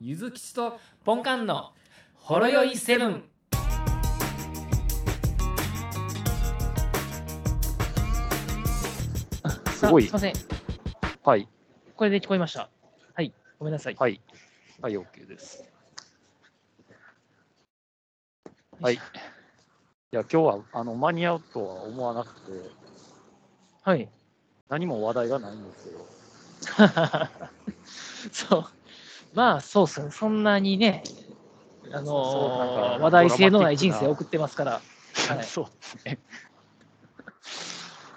ゆずきちとポンカンのほろよいセブン。すごあいすいま。せん。はい。これで聞こえました。はい。ごめんなさい。はい。はい、OK です。はい。いや、今日は、あの、間に合うとは思わなくて、はい。 何も話題がないんですけど、そう。まあ、そうっすね。そんなにね、あそうなんのーか話題性のないド人ラマティックな生を送ってますから。はい そうですね。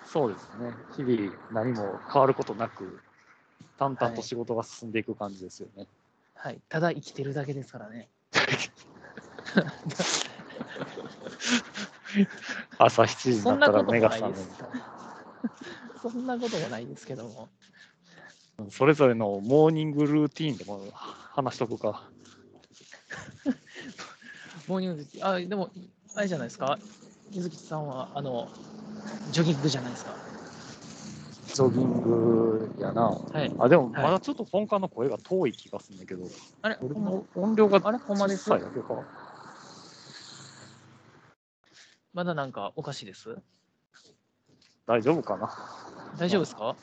そうですね。日々、何も変わることなく、淡々と仕事が進んでいく感じですよね。はい。ただ生きてるだけですからね。朝7時にそなっんなたこらと目もながい覚でめるす。。 そんなこともないですけども。それぞれのモーニングルーティーンでも話しとくか。モーニングあ、でも、あれじゃないですか。ゆずきさんは、あの、ジョギングじゃないですか。ジョギングやな。はい。あ、でもはいまだちょっと本館の声が遠い気がするんだけど、あれ、俺ほんまの音量があれほんまです小さいだけか。まだなんかおかしいです大丈夫かな大丈夫ですか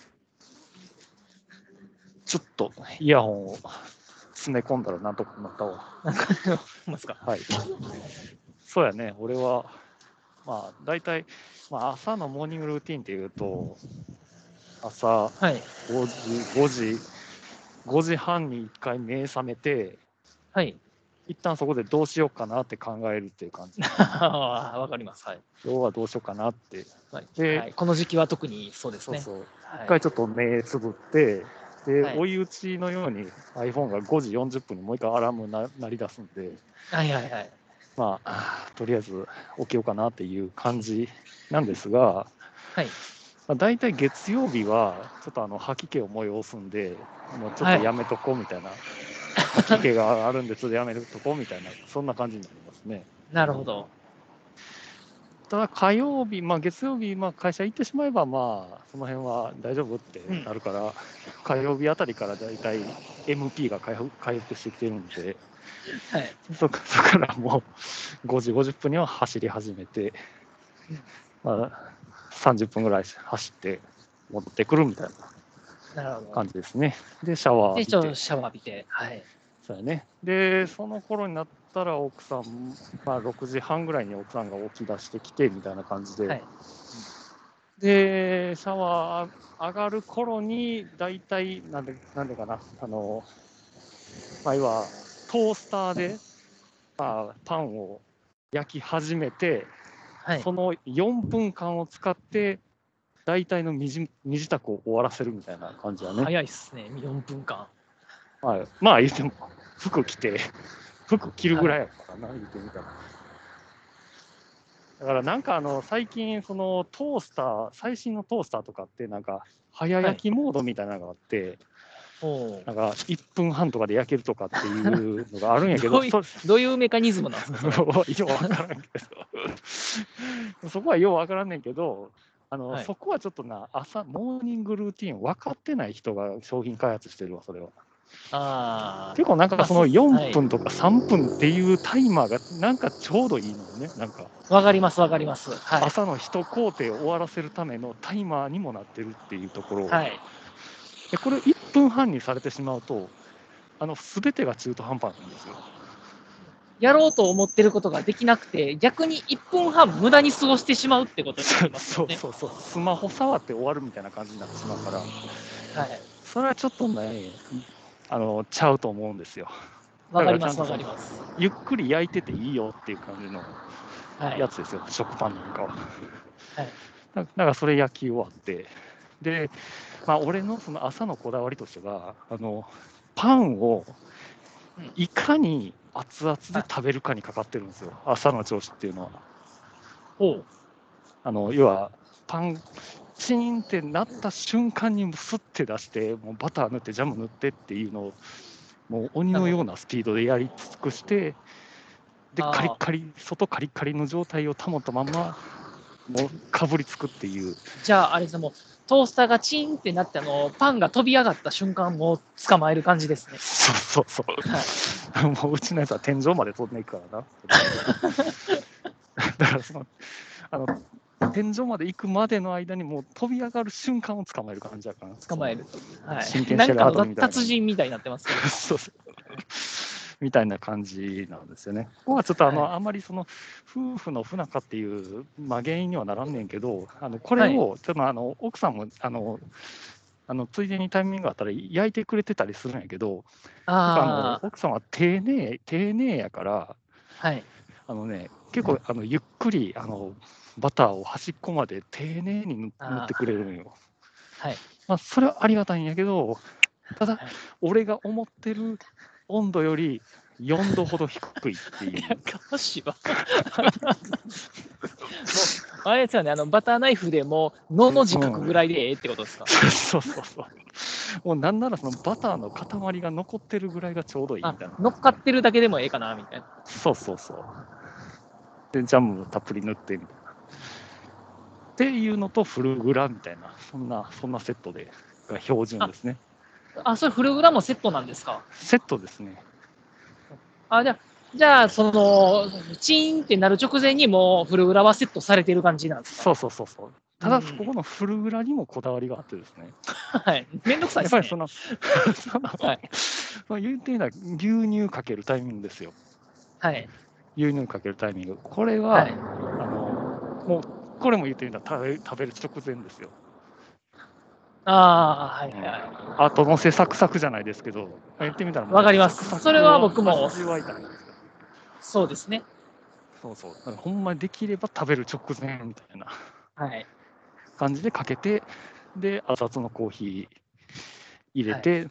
ちょっとイヤホンを詰め込んだらなんとかなったわ。いますかはい。そうやね、俺は、まあ大体、まあ朝のモーニングルーティーンっていうと、朝はい。 5時、5時、5時半に一回目覚めて、はい。一旦そこでどうしようかなって考えるっていう感じ。あーわかります。はい。今日はどうしようかなって。はいではいこの時期は特にそうですそうね。そう。はい一回ちょっと目つぶって、で、はい追い打ちのように iPhone が5時40分にもう一回アラームな鳴り出すんで、はいはいはい。まあ、とりあえず起きようかなっていう感じなんですが、はい。まあ、大体月曜日は、ちょっとあの吐き気を催すんで、もうちょっとやめとこうみたいな、吐き気があるんで、ちょっとやめとこうみたいな、そんな感じになりますね。なるほど。ただ火曜日、まあ、月曜日、まあ、会社行ってしまえば、まあ、その辺は大丈夫ってなるから、火曜日あたりからだいたい MP が回復回復してきてるんで、はい。そこそこからもう5時50分には走り始めて、まあ、30分ぐらい走って持ってくるみたいなるほなど。感じですね。で、シャワーで、浴び一応てシャワー浴びて。はい。そうやね。で、その頃になったら奥さん、まあ、6時半ぐらいに奥さんが起き出してきてみたいな感じで。はいで、シャワー上がる頃に、大体、なんで、なんでかな、あの、前はトースターで、まあ、パンを焼き始めて、はい。その4分間を使って、大体の身じ身支度を終わらせるみたいな感じだね。早いっすね。4分間。はい、まあ言っても、服着て、服着るぐらいやからな、言ってみたら。だからなんかあの、最近、そのトースター、最新のトースターとかって、なんか、早焼きモードみたいなのがあって、おーなんか、1分半とかで焼けるとかっていうのがあるんやけど、 どういそどういうメカニズムなんですかそれはようわからんけど、そこはようわからんねんけど、あのはいそこはちょっとな、朝、モーニングルーティン分かってない人が商品開発してるわ、それは。あ結構なんかそのまあ4分とか3分っていうタイマーがなんかちょうどいいのよね、なんかあ。わかります、わかります。は朝の一工程を終わらせるためのタイマーにもなってるっていうところ、い。はい。でこれ1分半にされてしまうと、あの全てが中途半端なんですよ。やろうと思ってることができなくて、逆に1分半無駄に過ごしてしまうってことになりますそようね。そうそう、スマホ触って終わるみたいな感じになってしまうから、はい。それはちょっとね、あのちゃうと思うんですよ。わかります、だわかからりちゃます。ゆっくり焼いてていいよっていう感じのはいや。つですよ、食パンなんかは。はいななんかそれ焼き終わって、で、まあ、俺のその朝のこだわりとしては、あのパンをうんいかに熱々で食べるかにかかってるんですよ、朝の調子っていうのは。おうあの要はパンチーンってなった瞬間にスッて出してもうバター塗ってジャム塗ってっていうのをもう鬼のようなスピードでやり尽くしてであーカリッカリ外カリッカリの状態を保ったままもうかぶりつくっていう、じゃあ、あれですねもう、トースターがチーンってなって、あの、パンが飛び上がった瞬間を捕まえる感じですね。そうそうそう、はい。もううちのやつは天井まで飛んでいくから な。だからそのあの天井まで行くまでの間にもう飛び上がる瞬間を捕まえる感じだから捕まえる。は真い。剣なしてんるかアトムのみたいな達人みたいになってますけど。そうそうみたいな感じなんですよね。ここはちょっとあの、はあんまりその夫婦の不仲っていう、まあ、原因にはならんねんけど、あのこれを、ちょっとあの奥さんもあのあのついでにタイミングがあったら焼いてくれてたりするんやけど、あああ、の奥さんは丁寧丁寧やから、はい。あのね、結構あのゆっくりあのバターを端っこまで丁寧に塗あー塗ってくれるんよ。はいまあ、それはありがたいんやけど、ただはい、俺が思ってる温度より4度ほど低いってい う。かもしは。もう、あれですよね、あの、バターナイフでもう、のの字書くぐらいでええってことですか。そうそうそう。もうなんならそのバターの塊が残ってるぐらいがちょうどいいみあたいな。、乗っかってるだけでもええかな、みたいな。そうそうそう。で、ジャムをたっぷり塗ってみたいな。っていうのとフルグラみたいな、そんな、そんなセットで、が標準ですね。あ、それフルグラもセットなんですか。セットですね。あ、じゃあ、じゃあ、その、チーンってなる直前にもうフルグラはセットされてる感じなんですか。そうそうそうそう。ただ、うんここのフルグラにもこだわりがあってですね。はい。めんどくさいやでっすぱねり。その、 はい。まあ言ってみたら牛乳かけるタイミングですよ。はい。牛乳かけるタイミング。これは、はい。あの、もう、これも言ってみたら食べ食べる直前ですよ。ああ、はいはいはい。後のせサクサクじゃないですけど、言ってみたらもうわかりますサクサクそれは僕も味わいたいんですよそうですね。そうそう。だからほんまにできれば食べる直前みたいなはい。感じでかけて、で、熱々のコーヒー入れて、も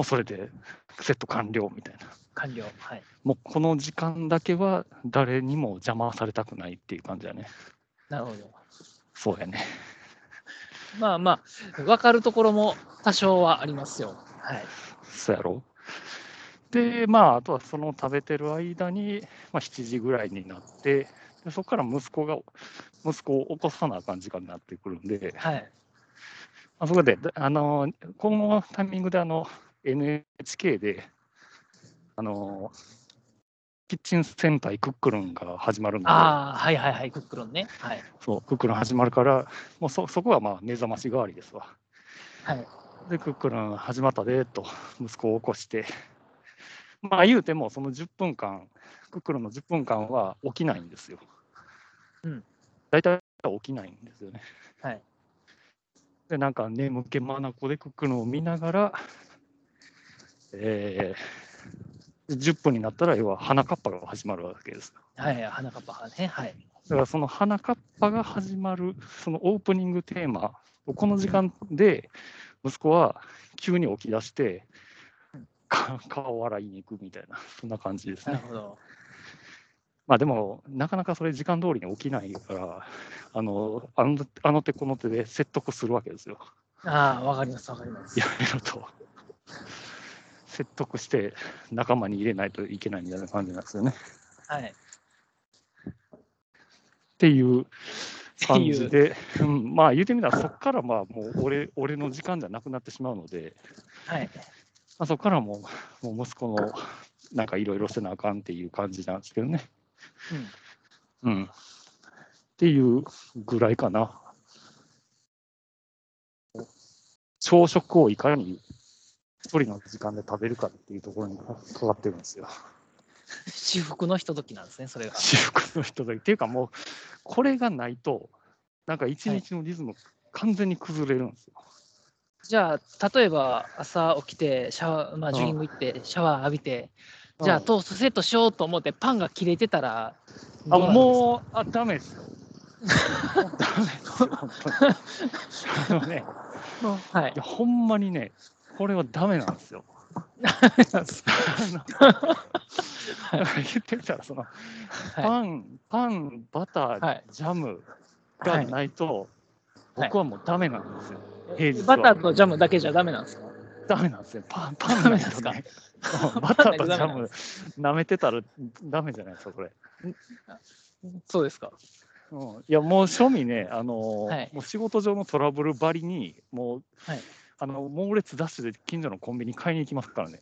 うそれでセット完了みたいな。完了。はい。もうこの時間だけは誰にも邪魔されたくないっていう感じだね。なるほど。そうやね。まあまあ、わかるところも多少はありますよ。はい。そうやろ。で、まあ、あとはその食べてる間に、まあ、7時ぐらいになって、でそこから息子が、息子を起こさなあかん時間になってくるんで、はい。あそこで、であの、このタイミングで、あの、NHK で、あの、キッチン戦隊クックルンが始まるので、ああ、はいはいはい。クックルンね。はい。そう、クックルン始まるから、もうそそこはまあ目覚まし代わりですわ。はい。で、クックルン始まったでと、息子を起こして、まあ言うても、その10分間、クックルンの10分間は起きないんですよ。うん。大体は起きないんですよね。はい。で、なんか眠気まなこでクックルンを見ながら、えー、10分になったら、要は花かっぱが始まるわけです。はい。花かっぱね。はい。だからその花かっぱが始まる、そのオープニングテーマをこの時間で、息子は急に起き出して、か顔洗いに行くみたいな、そんな感じですなるね。ほど。まあでも、なかなかそれ時間通りに起きないから、あの、あのあの手この手で説得するわけですよ。ああ、わかります。わかります。やめろと。説得して仲間に入れないといけないみたいな感じなんですよね。はい。っていうって感いじう。で、うん、まあ言うてみたら、そこからまあもう俺俺の時間じゃなくなってしまうので、はい。まあ、そこからもうもう息子のなんかいろいろせなあかんっていう感じなんですけどね。うん。うん、っていうぐらいかな。朝食をいかに一人の時間で食べるかっていうところにかかってる んですよ。私服のひとときなんですね、それが。私服の人だけ。っていうかもう、これがないと、なんか一日のリズム、完全に崩れるんですよ。じゃあ、例えば朝起きて、シャワー、まあ、うんジョギング行って、シャワー浴びて、じゃうあんトーストセットしようと思って、パンが切れてたら、あどうなるんですかもう、あ、ダメですよ。もうダメですよ、 本当に。あのね、はいい。や、ほんまにね、これはダメなんですよ。 あの言ってみたら、その、はパン、パン、バター、はいジャムいはがいないと、はい僕はもうダメなんですよ。平日はバターとジャムだけじゃダメなんですかダメなんですよ。パン、パンなんですダメか、ね。うん バターとジダャメなんム舐めてたらダメじゃないですか、これ。そうですか。うん、いやもう正味ね、あのーはいもう仕事上のトラブルばりに、もう、はいあの猛烈ダッシュで近所のコンビニ買いに行きますからね。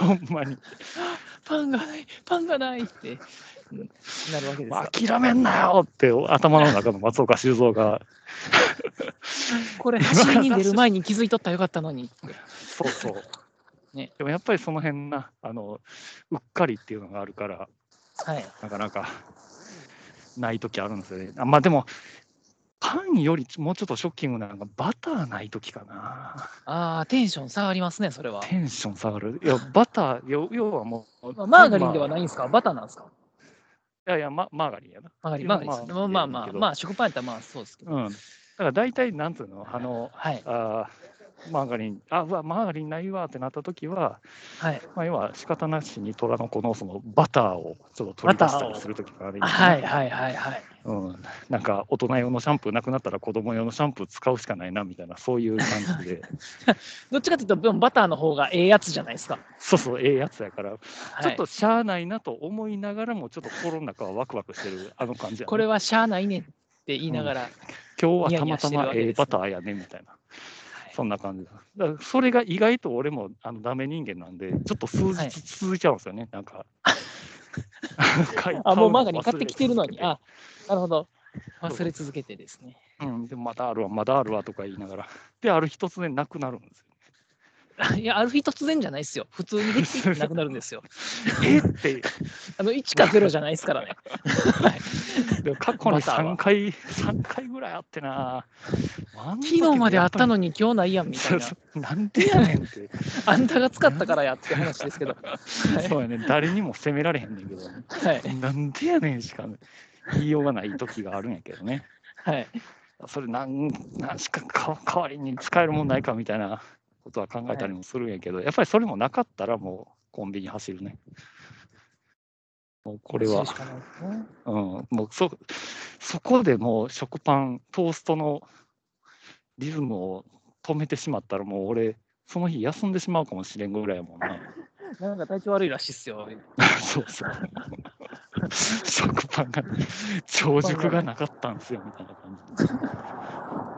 ほんまに、パンがない、パンがないって、うんなるわけですよ。諦めんなよって頭の中の松岡修造が、これ、走りに出る前に気づいとったらよかったのに。そう そう。ねでもやっぱりその辺な、あのうっかりっていうのがあるから、はい。なかなかない時あるんですよね。あまあでも、パンよりもうちょっとショッキングなのが、バターない時かな。ああ、テンション下がりますね、それは。テンション下がる。いや、バター、要要はもう。。まあマーガリンではいないんですかバターなんですかいやいや、ま、マーガリンやな。マーガリン、マーガリンですまあよ。まあまいいあ、けどまあ、食パンやったらまあそうですけど。うん。だから大体、なんつうの、あの、はい。あーマーガリン、あ、うわ、マーガリンないわってなった時は、はい。まあ、要は仕方なしに虎の子のそのバターをちょっと取り出したりする時があるんあやはいはいはいはい。うん。なんか、大人用のシャンプーなくなったら子供用のシャンプー使うしかないな、みたいな、そういう感 じで。どっちかというと、でもバターの方がええやつじゃないですか。そうそう、ええやつやから、はい、ちょっとしゃあないなと思いながらも、ちょっと心の中はワクワクしてる、あの感じやなこれはしゃあないねんって言いながら、今日はたまニヤニヤしたまてるわけですえねえバターやねみたいな、そんな感じだ。だからそれが意外と俺もあのダメ人間なんで、ちょっと数はい日続いちゃうんですよね、な んか。買いあ、もう買マーガリンの忘れ買ってきてるのに、あ、なるほど。そう忘れ続けてですね。 うん、でもまだあるわ、まだあるわとか言いながら。で、ある日突然なくなるんですよ。いや、ある日突然じゃないですよ。普通にできてなくなるんです よ。えって、あの、1か0じゃないですからね。で過去にバターは3回、三回ぐらいあってな。 昨日まであったのに、に今日ないやんみたそいうなそ。うなんでやねんって。 あんたが使ったからやって話です けど。はいそうやね、誰にも責められへんねんけど。はい。なんでやねんしか言いようがない時があるんやけどね。はい。それなんなんしかか代わりに使えるもんないかみたいなことは考えたりもするんやけど、やっぱりそれもなかったらもうコンビニ走るね。もうこれはそ、しかないですねうん、もうそそこでもう食パン、トーストのリズムを止めてしまったらもう俺、その日休んでしまうかもしれんぐらいやもんな。なんか体調悪いらしいっすよ。そうそう。食パンが、長熟がなかったんですよ、みたいな感じ。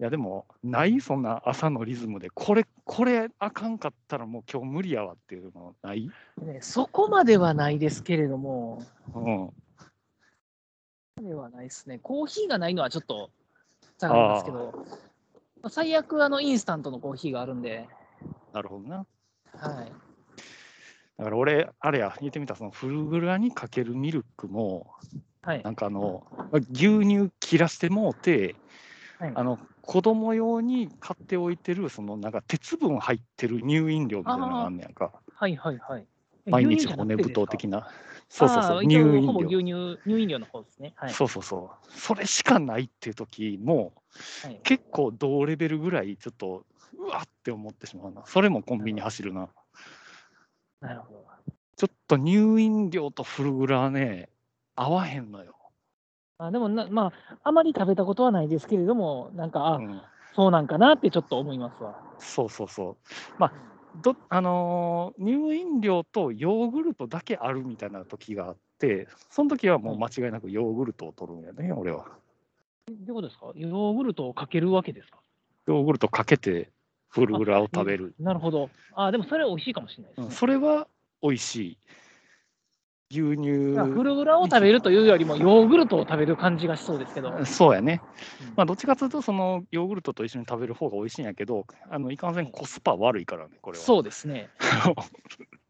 いや、でも、ないそんな朝のリズムで、これ、これあかんかったらもう今日無理やわっていうのないね、そこまではないですけれども、うん。そこまではないですね。コーヒーがないのはちょっと下がりますけど、まあ最悪、あの、インスタントのコーヒーがあるんで、なるほどな。はい。だから俺、あれや、言ってみた、そのフルグラにかけるミルクも、はいな。んかあの、牛乳切らしてもうて、はいあの子供用に買っておいてる、そのなんか鉄分入ってる乳飲料みたいなのがあんねやんか、はいはいはい。毎日骨太的な。な、そうそうそう、あー乳一応飲ほぼ牛料、乳、乳飲料の方ですね。はい。そうそうそう、それしかないっていう時も、はい結構同レベルぐらい、ちょっと、うわって思ってしまうな、それもコンビニ走るな、なるほど。ちょっと乳飲料とフルグラね、合わへんのよ。あでもな、まあ、あまり食べたことはないですけれども、なんか、あ、うんそうなんかなってちょっと思いますわ。そうそうそう。まあ、どあのー乳飲料とヨーグルトだけあるみたいな時があって、その時はもう間違いなくヨーグルトを取るんやね、俺は。どういうことですかヨーグルトをかけるわけですかヨーグルトかけてフルグラを食べる。なるほど。あでもそれは美味しいかもしれないですうんね。それは美味しい。牛乳だからフルグラを食べるというよりも、ヨーグルトを食べる感じがしそうですけど。そうやね。うんまあ、どっちかというと、そのヨーグルトと一緒に食べる方が美味しいんやけど、あのいかんせんコスパ悪いからね、これは。そうです ね。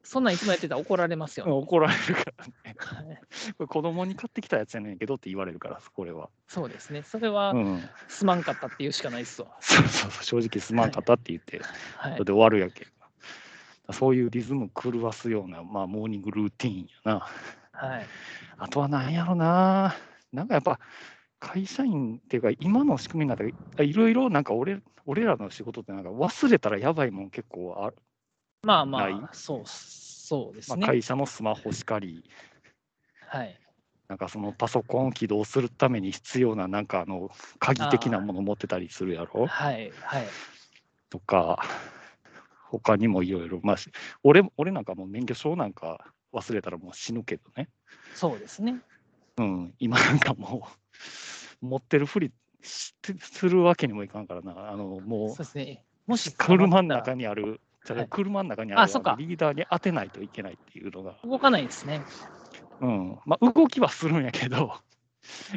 そんなんいつもやってたら怒られますよ、ね。怒られるからね。はいこれ子供に買ってきたやつやねんけどって言われるから、これは。 そうですね。それはうん。すまんかったっていうしかないっすわ。そうそうそう、正直すまんかったって言って、はいそれ。で終わるやけん。そういうリズム狂わすような、まあ、モーニングルーティーンやな。はい、あとはなんやろな。なんかやっぱ、会社員っていうか、今の仕組みになって、あいろいろなんか俺俺らの仕事ってなんか忘れたらやばいもん結構ある。まあまないあ、そう、そうですまね。あ、会社のスマホしかり、はい。なんかそのパソコンを起動するために必要ななんかあの鍵的なもの持ってたりするやろ。はい。はい。とか、他にもいろいろ、まあ、し俺も俺なんかもう免許証なんか忘れたらもう死ぬけどね。そうですね。うん、今なんかもう、持ってるふりしてするわけにもいかんからな、あそのうもですね。う、もし車の中にある、じゃあはい車の中にああるそっかのリーダーに当てないといけないっていうのが、動かないですね。うんまあ、動きはするんやけど、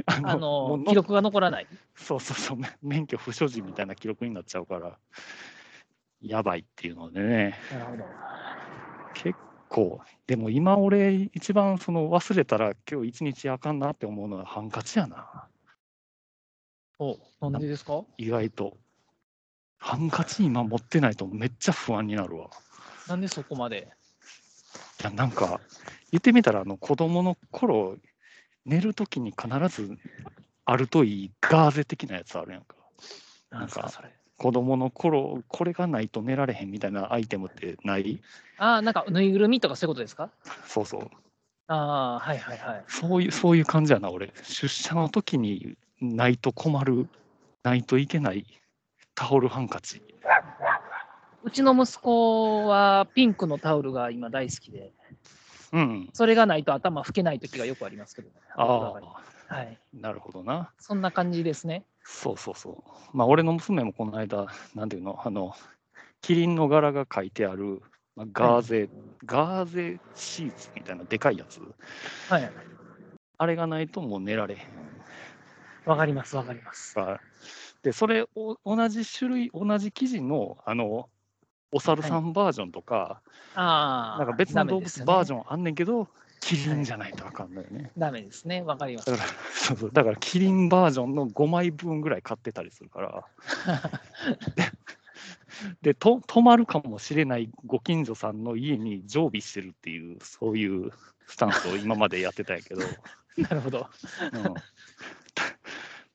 ああものうの記録が残らない。そうそうそう、め免許不所持みたいな記録になっちゃうから、やばいっていうのでね、なるほど。結構、でも今俺、一番その忘れたら今日一日あかんなって思うのはハンカチやな、お、なんでですか意外と。ハンカチ今持ってないとめっちゃ不安になるわ。なんでそこまで。いやなんか言ってみたらあの子供の頃寝るときに必ずあるといいガーゼ的なやつあるやんかなんかれ。子供の頃これがないと寝られへんみたいなアイテムってないああ、なんかぬいぐるみとかそういうことですかそうそうああ、はいはいはい。そういうそういう感じやな俺出社の時にないと困るないといけないタオルハンカチうちの息子はピンクのタオルが今大好きで、うんそれがないと頭拭けない時がよくありますけど、ね、ああ。はい。あなるほどなそんな感じですね。そうそうそう。まあ、俺の娘もこの間、なんていうの、あの、キリンの柄が書いてある、まあ、ガーゼ、ガーゼシーツみたいなでかいやつ。はい。あれがないともう寝られへんわかります、わかります。から。で、それを同じ種類、同じ生地の、あの、お猿さんバージョンとか、ああ。なんか別の動物バージョン。ョンあんねんけど、キリンじゃないとあかんのよね。ダメですね。わかりますだ。から、 そうそう、だからキリンバージョンの5枚分ぐらい買ってたりするから。で、でと泊まるかもしれないご近所さんの家に常備してるっていう、そういうスタンスを今までやってたんやけど、う なるほど。んた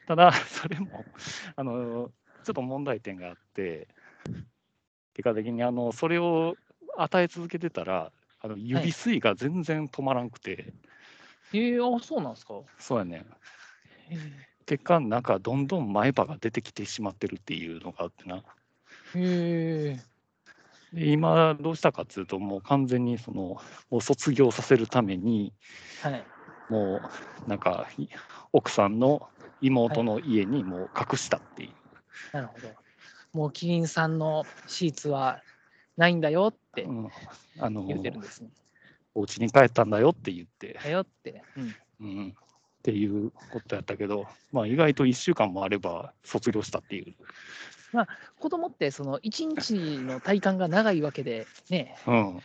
ただ、それも、あの、ちょっと問題点があって、結果的にあのそれを与え続けてたら、あの指吸いが全然止まらんくて、えー、あ、そうなんですか。そうやねん。えー結果なんかどんどん前歯が出てきてしまってるっていうのがあってなへえ。で今どうしたかっていうともう完全にそのもう卒業させるためにはい。もうなんかい奥さんの妹の家にもう隠したっていう、なるほど。もうキリンさんのシーツはないんだよってうん、あの言うてるんですね。お家に帰ったんだよって言って、だよって。うんうん、っていうことやったけど、まあ、意外と1週間もあれば卒業したっていう、子供ってその一日の体感が長いわけでね、うん、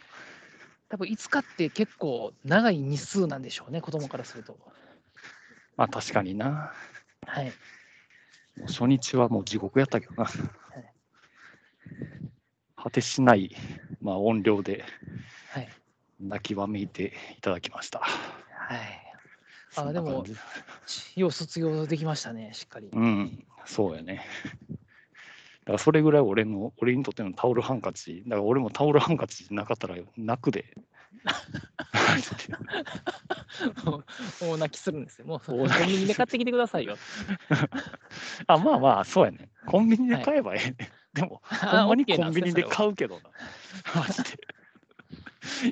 多分5日って結構長い日数なんでしょうね、子供からすると。まあ確かになはい。もう初日はもう地獄やったけどな。い果てしない、まあ、音量ではい。泣きわめいていただきました。はい。そんなでも感じよう卒業できましたね、しっかり。うん、そうやね。だからそれぐらい俺の、俺にとってのタオルハンカチ、だから俺もタオルハンカチなかったら泣くで。 もう泣きするんですよ。もうコ大ン泣きビニで買ってきてくださいよ。あ、まあまあ、そうやね。コンビニで買えばええね。 でも、 ほんまにコンビニで買うけどな。 マジで。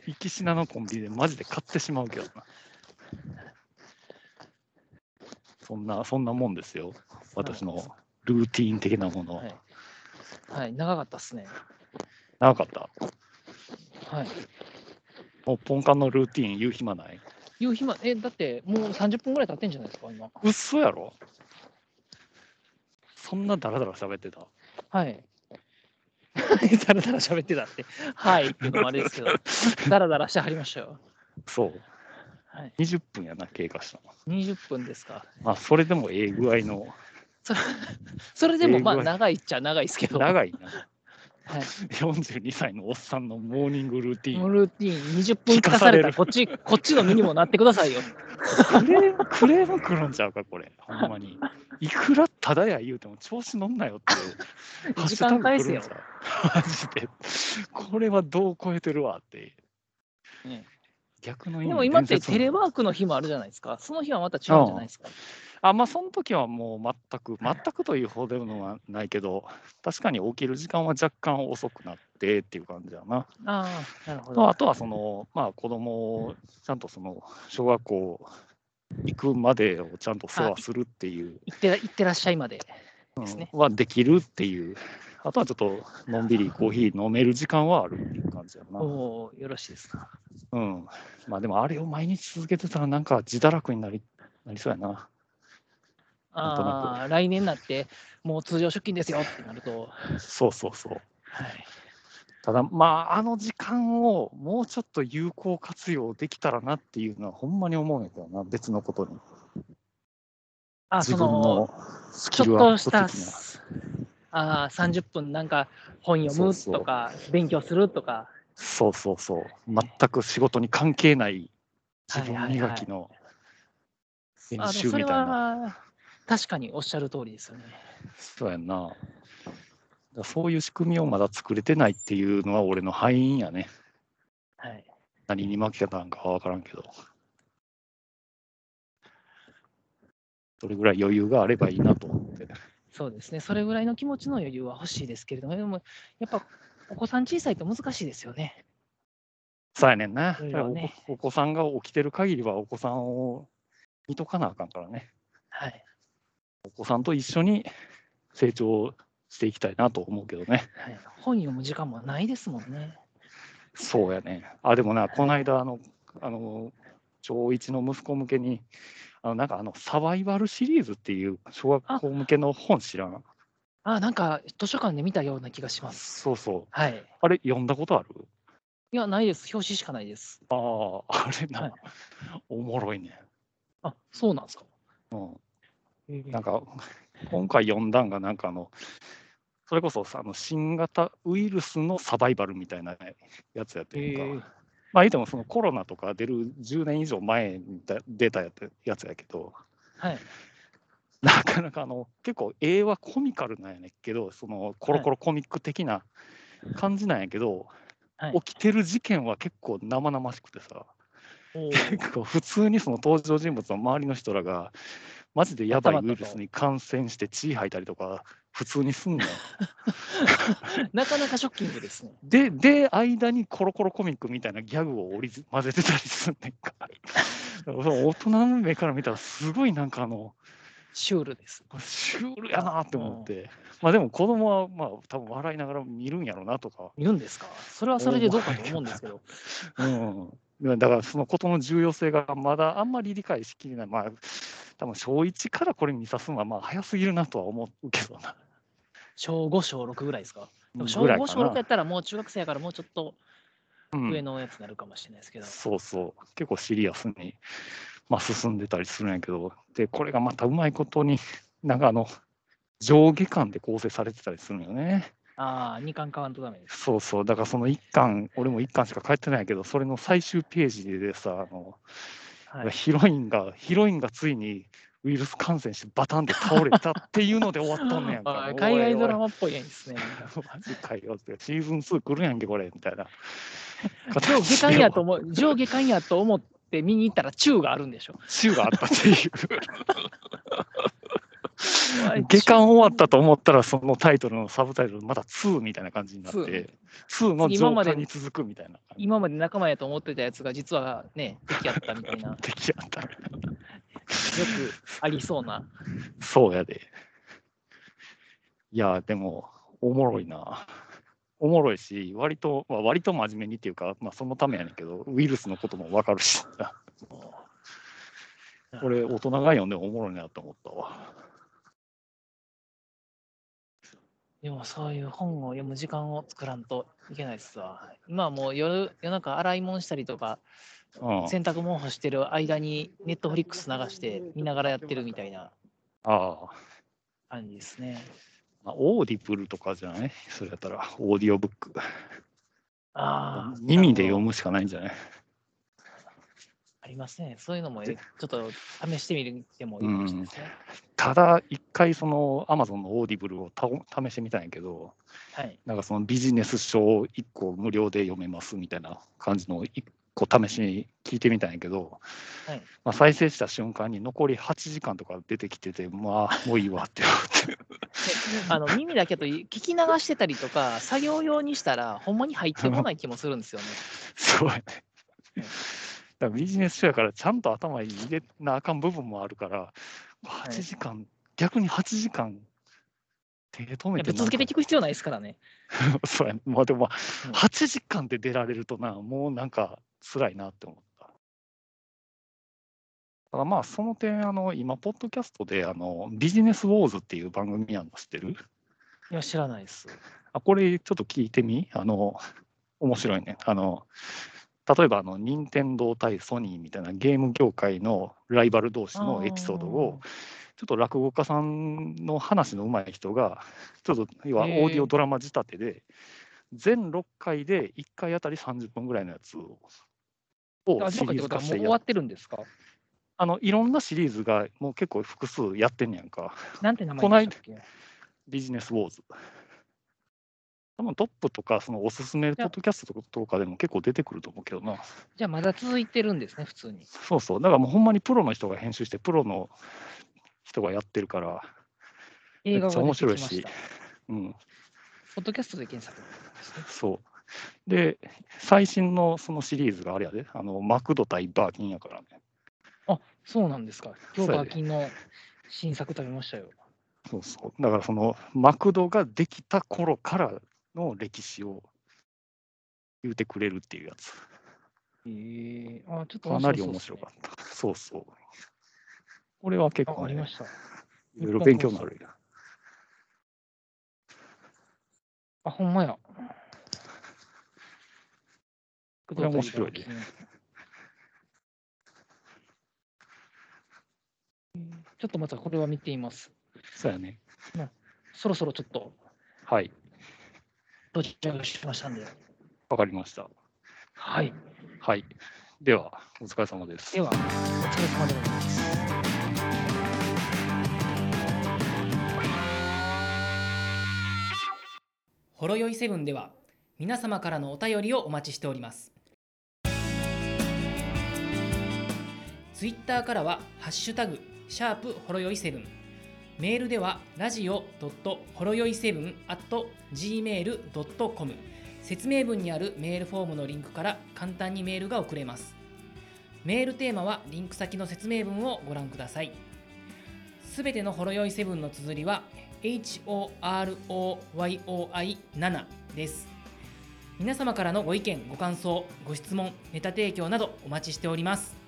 行きしなのコンビニでマジで買ってしまうけどな。そんな、そんなもんですよ。私のルーティン的なもの。はいはい。はい、長かったですね。長かった。はい。もうポンカンのルーティン言う暇ない。夕日まえ、だってもう30分ぐらい経ってんじゃないですか、今。嘘やろそんなダラダラ喋ってた。はい。 だらだら喋ってたって。はいっていうのもあれですけど、だらだらしてはりましたよ。そう。はい、 20分やな、経過したの。 20分ですか。まあ、それでもええ具合のそれそれでもまあ英語は長いっちゃ長いですけど、長いな。はい42歳のおっさんのモーニングルーティもンうルーティン20分聞かされたら聞こっち、こっちの身にもなってくださいよ。クレームクレームくるんちゃうかこれほんまにいくらただや言うても調子乗んなよって時間返せよハッシュタグ来るんちゃうマジでこれはどう超えてるわってね逆の意味でも今って伝説のテレワークの日もあるじゃないですか。その日はまた違うんじゃないですか。あまあその時はもう全く全くというほどでもはないけど確かに起きる時間は若干遅くなってっていう感じだな。ああ、なるほとど。あとはそのまあ子供をちゃんとその小学校行くまでをちゃんと世話するっていう行ってら行ってらっしゃいまでですね。はできるっていうあとはちょっとのんびりコーヒー飲める時間はあるっていう感じやな。おお、よろしいですか。うん。まあでもあれを毎日続けてたらなんか自堕落になりなりそうやな。なんとなくああ、来年になって、もう通常出勤ですよってなると、そうそうそう。はい、ただまああの時間をもうちょっと有効活用できたらなっていうのはほんまに思うんやけどな別のことにあ自そ分のの、スちょキっルアとップし的た、なああ、30分なんか本読むとか、勉強するとか、そうそうそう全く仕事に関係ないはい自はいは分い磨きの練あで習もみそたいれな、は確かにおっしゃる通りですよね。そうやんなだからそういう仕組みをまだ作れてないっていうのは俺の敗因やねはい、何に負けたんかは分からんけどどれぐらい余裕があればいいなと思ってそうですね、それぐらいの気持ちの余裕は欲しいですけれども、でもやっぱお子さん小さいと難しいですよね。そうやねんな。そうよねだからお子お子さんが起きてる限りはお子さんを見とかなあかんからね。はい、お子さんと一緒に成長していきたいなと思うけどね。はい、本読む時間もないですもんね。そうやね。あ、でもな、この間、あの、あの、小一の息子向けに、あのなんかあの、サバイバルシリーズっていう小学校向けの本知らん。あなんか図書館で見たような気がします。そうそう。はい、あれ、読んだことあるいや、ないです、表紙しかないです。ああ、あれな、はいおもろいね。あそうなんですか。うん。ななんか今回読んだんがなんかあのそれこそさあの新型ウイルスのサバイバルみたいなやつやってるか、まあ言うてもそのコロナとか出る10年以上前にだ出たやつやつやけどはい、 なかなかあの結構絵はコミカルなんやねんけどそのコロコロコミック的な感じなんやけど、はい起きてる事件は結構生々しくてさ おー結構普通にその登場人物の周りの人らがマジでやばいバタバタウとイルスに感染して血吐いたりとか普通にすん のよ。 なかなかショッキングですね。で、で、間にコロコロコミックみたいなギャグを織り混ぜてたりすんねん か。だから大人の目から見たら、すごいなんかあの、シュールです。シュールやなって思って。まあでも子供は、まあ多分笑いながら見るんやろうなとか。いるんですかそれはそれでどうかと思うんですけど。うん。だからそのことの重要性がまだあんまり理解しきれない。まあ、多分小1からこれ見さすのはまあ早すぎるなとは思うけどな。小5、小6ぐらいですかでも小ぐらい5、か小6なやったらもう中学生やからもうちょっとうん上のやつになるかもしれないですけど。そうそう、結構シリアスに、まあ、進んでたりするんやけど、で、これがまたうまいことに、なんかあの、上下巻で構成されてたりするのよね。ああ、2巻買わんとダメです。そうそう、だからその1巻、俺も1巻しか書いてないけど、それの最終ページでさ、あのはい、ヒロインが、ヒロインがついにウイルス感染してバタンって倒れたっていうので終わったんねやんか。 あー海外ドラママっぽいやんですね。マジかよってシーズン2来るやんけ、これ みたいな。上下巻やと思う、 上下巻やと思って見に行ったら中があるんでしょ。週があったっていう。うわ下巻終わったと思ったら、そのタイトルのサブタイトル、まだ2みたいな感じになっ中て、2の今上まで巻に続くみたいな。今まで仲間やと思ってたやつが実はね、敵やったみたいな、よ出来上がったみたいくありそう な。な。そうやで。いや、でも、おもろいな。おもろいし、割と、まあ、割と真面目にっていうか、まあ、そのためやねんけど、ウイルスのこともわかるし、これ、大人が読んでもおもろいなと思ったわ。でもそういう本を読む時間を作らんといけないっすわ。今はもう夜夜中洗い物したりとか、うん、あ洗濯物干してる間にネットフリックス流して見ながらやってるみたいなあ、感じですね。まあオーディプルとかじゃないそれやったら、オーディオブック。ああ、耳で読む。むしかないんじゃないありますね。そういうのもえちょっと試してみるでもいいかもしれないですね。ただ、一回、その、アマゾンのオーディブルをたお試してみたんやけど、はい。 なんかそのビジネス書を1個無料で読めますみたいな感じの1個試しに聞いてみたんやけど、はいまあ、再生した瞬間に残り8時間とか出てきてて、まあ、もういいわって思って。あの耳だけだと聞き流してたりとか、作業用にしたら、ほんまに入ってこない気もするんですよね。そうやね。だからビジネス書やからちゃんと頭に入れなあかん部分もあるからい8時間、逆に8時間手止やめってぱ続けてなん聞く必要ないですからね。か そうやねまあでもまあうん8時間で出られるとなもうなんか辛いなって思った。ただまあその点あの今ポッドキャストであのビジネスウォーズっていう番組やんの知ってるいや、知らないです。あ、これちょっと聞いてみあの、面白いね。あの、例えばあの、任天堂対ソニーみたいなゲーム業界のライバル同士のエピソードを、ちょっと落語家さんの話の上手い人が、 ちょっと要はオーディオドラマ仕立てで、全6回で1回あたり30分ぐらいのやつを。をあ、シそうかっリてーズこと化はもしうて終やわっってるんですかあのいろんなシリーズがもう結構複数やってんねやんか。なんて名前でしたっけビジネスウォーズ。多分トップとか、そのおすすめポッドキャストとかでも結構出てくると思うけどな。じゃあまだ続いてるんですね、普通に。そうそう。だからもうほんまにプロの人が編集して、プロの人がやってるから、映画めっちゃが出面てき白いましした。うん、ポッドキャストで検索ですね。そう。で、最新のそのシリーズがあれやで、あの、マクド対バーキンやからね。そうなんですか。そ今日うやでバーキンの新作食べましたよ。そうそう。だからその、マクドができた頃からの歴史を言うてくれるっていうやつ。ええあ、ちょっとかなり面白かっった。そうそう。これは結た。あ、構ありまね、した。いろいろ勉強になるやん。あ、ほんまや。これは面白いね。ちょっとまたこれは見ています。そうやね。そろそろちょっとはい。到着しましたんで。わかりました。はい。はい。では、お疲れ様です。では、お疲れ様でございます。ほろよいセブンでは皆様からのお便りをお待ちしておりますツイッターからはハッシュタグシャープほろよいセブンメールではラジオドットほろよいセブン at gmail.com 説明文にあるメールフォームのリンクから簡単にメールが送れますメールテーマはリンク先の説明文をご覧くださいすべてのほろ酔いセブンの綴りは HOROYOI7 です。皆様からのご意見、ご感想、ご質問、ネタ提供などお待ちしております。